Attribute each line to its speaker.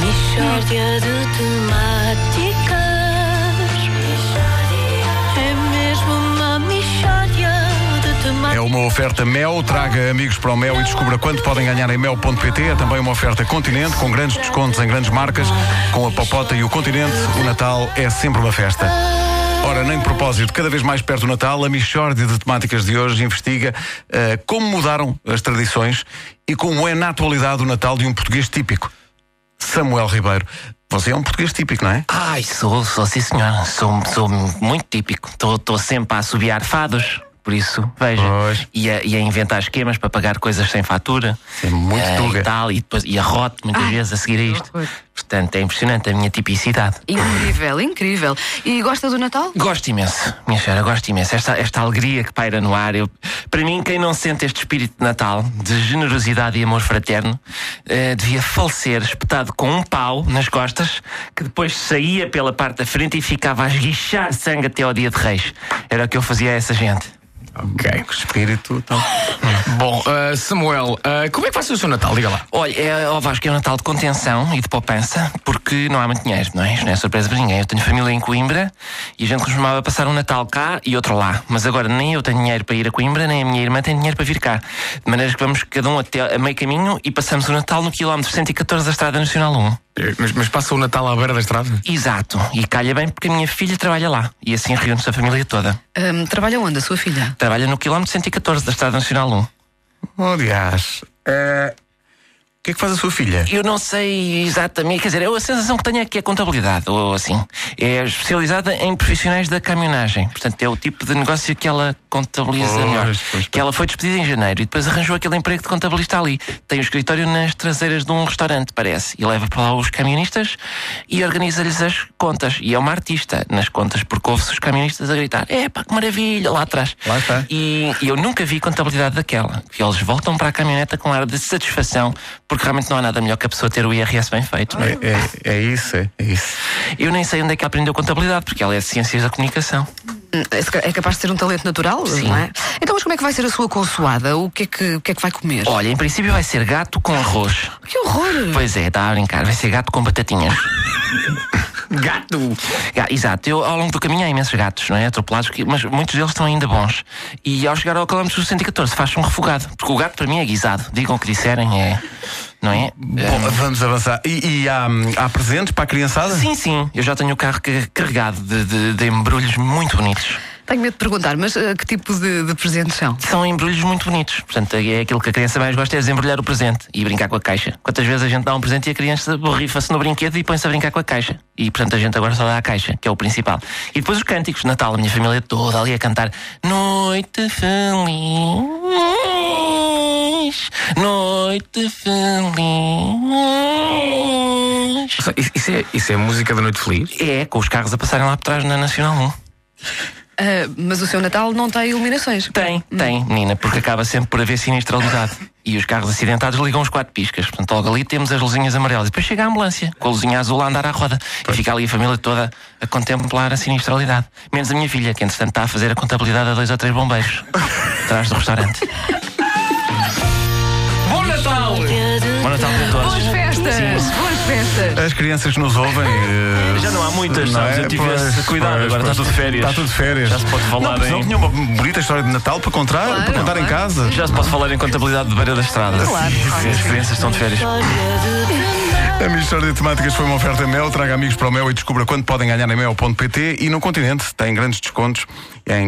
Speaker 1: Mistória de temáticas. É mesmo uma mistória de
Speaker 2: É
Speaker 1: temáticas.
Speaker 2: uma oferta Mel, traga amigos para o Mel e descubra quanto podem ganhar em mel.pt. É também uma oferta Continente, com grandes descontos em grandes marcas. Com a Popota e o Continente, o Natal é sempre uma festa. Ora, nem de propósito, cada vez mais perto do Natal, a Michórdia de Temáticas de hoje investiga eh, como mudaram as tradições e como é na atualidade o Natal de um português típico. Samuel Ribeiro, você é um português típico, não é?
Speaker 3: Ai, sou, sou sim senhora. Sou, sou muito típico. Estou sempre a assobiar fados, por isso, veja.
Speaker 2: Pois.
Speaker 3: E a, e a inventar esquemas para pagar coisas sem fatura.
Speaker 2: É muito
Speaker 3: eh,
Speaker 2: tuga.
Speaker 3: E tal, e, depois, e arrote muitas vezes a seguir a isto.
Speaker 4: horror.
Speaker 3: Portanto, é impressionante a minha tipicidade.
Speaker 4: Incrível, incrível. E gosta do Natal?
Speaker 3: Gosto imenso, minha senhora, gosto imenso. Esta, esta alegria que paira no ar. Eu, para mim, quem não sente este espírito de Natal, de generosidade e amor fraterno, eh, devia falecer espetado com um pau nas costas, que depois saía pela parte da frente e ficava a esguichar sangue até ao dia de Reis. Era o que eu fazia a essa gente.
Speaker 2: Ok, que espírito. Então.
Speaker 5: Bom, ah, Samuel, ah, como é que vai ser o seu Natal? Diga lá.
Speaker 3: Olha, é, ó Vasco, é um Natal de contenção e de poupança, porque não há muito dinheiro, não é? Isto não é surpresa para ninguém. Eu tenho família em Coimbra e a gente costumava passar um Natal cá e outro lá. Mas agora nem eu tenho dinheiro para ir a Coimbra, nem a minha irmã tem dinheiro para vir cá. De maneira que vamos cada um até a meio caminho e passamos o Natal no quilómetro 114 da Estrada Nacional 1.
Speaker 5: Eh, Mas, mas passa o Natal à beira da estrada?
Speaker 3: Exato. E calha bem porque a minha filha trabalha lá. E assim reúne-se a família toda.
Speaker 4: Hum, trabalha onde, a sua filha?
Speaker 3: Trabalha no quilómetro 114 da Estrada Nacional 1.
Speaker 2: Aliás, eh, o que é que faz a sua filha?
Speaker 3: Eu não sei exatamente, quer dizer, eu a sensação que tenho é que é contabilidade, ou assim. É especializada em profissionais da caminhonagem. Portanto, é o tipo de negócio que ela contabiliza
Speaker 2: Pois,
Speaker 3: melhor.
Speaker 2: pois, pois.
Speaker 3: Que ela foi despedida em janeiro e depois arranjou aquele emprego de contabilista ali. Tem o escritório nas traseiras de um restaurante, parece. E leva para lá os camionistas e organiza-lhes as contas. E é uma artista nas contas, porque ouve-se os camionistas a gritar: é pá, que maravilha, lá atrás.
Speaker 2: Lá está.
Speaker 3: E, e eu nunca vi contabilidade daquela. Que eles voltam para a caminhoneta com um ar de satisfação, porque realmente não há nada melhor que a pessoa ter o IRS bem feito. não é?
Speaker 2: É, é, é isso, é isso.
Speaker 3: Eu nem sei onde é que ela aprendeu contabilidade, porque ela é de ciências da comunicação.
Speaker 4: Hum, É se ca- é capaz de ser um talento natural, não é? Então, mas como é que vai ser a sua consoada? O que é que, o que, é que vai comer?
Speaker 3: Olha, em princípio vai ser gato com arroz.
Speaker 4: Que horror!
Speaker 3: Pois é, está a brincar, vai ser gato com batatinhas.
Speaker 5: Gato!
Speaker 3: Ga- Exato, eu, ao longo do caminho há imensos gatos, não é? Atropelados, que- mas muitos deles estão ainda bons. E ao chegar ao quilómetro 114 faz-se um refogado, porque o gato para mim é guisado. Digam o que disserem, é. Não é?
Speaker 2: Bom, vamos avançar. E, e há, hum, há presentes para a criançada?
Speaker 3: Sim, sim, eu já tenho o carro ca- carregado de, de- de embrulhos muito bonitos.
Speaker 4: Tenho medo de perguntar, mas ah, que tipo de, de presentes são?
Speaker 3: São embrulhos muito bonitos. Portanto, é aquilo que a criança mais gosta é desembrulhar o presente e brincar com a caixa. Quantas vezes a gente dá um presente e a criança borrifa-se no brinquedo e põe-se a brincar com a caixa. E portanto a gente agora só dá a caixa, que é o principal. E depois os cânticos de Natal, a minha família toda ali a cantar Noite feliz, noite feliz.
Speaker 5: Isso, isso é, isso é música da Noite Feliz?
Speaker 3: É, com os carros a passarem lá por trás na Nacional 1.
Speaker 4: Ah, mas o seu Natal não tem iluminações?
Speaker 3: Tem, tem, menina, porque acaba sempre por haver sinistralidade. E os carros acidentados ligam os quatro piscas. Portanto, logo ali temos as luzinhas amarelas. E depois chega a ambulância, com a luzinha azul a andar à roda. E fica ali a família toda a contemplar a sinistralidade. Menos a minha filha, que entretanto está a fazer a contabilidade a dois ou três bombeiros. atrás do restaurante.
Speaker 5: Bom Natal!
Speaker 3: Bom Natal para todos.
Speaker 4: Boas festas! Boas festas!
Speaker 2: As crianças nos ouvem. eh,
Speaker 3: Já não há muitas,
Speaker 2: não
Speaker 3: sabes? Eu tive esse cuidado, agora está tudo de férias.
Speaker 2: Está tudo de férias.
Speaker 3: Já se pode falar
Speaker 2: não, mas não
Speaker 3: em-
Speaker 2: tinha uma bonita história de Natal para contar, para contar em
Speaker 4: claro.
Speaker 2: casa.
Speaker 3: Já se pode falar em contabilidade de beira da estrada.
Speaker 4: Claro, claro.
Speaker 3: As crianças estão de férias.
Speaker 2: A minha história de temáticas foi uma oferta Mel. Traga amigos para o Mel e descubra quanto podem ganhar em mel.pt e no Continente tem grandes descontos em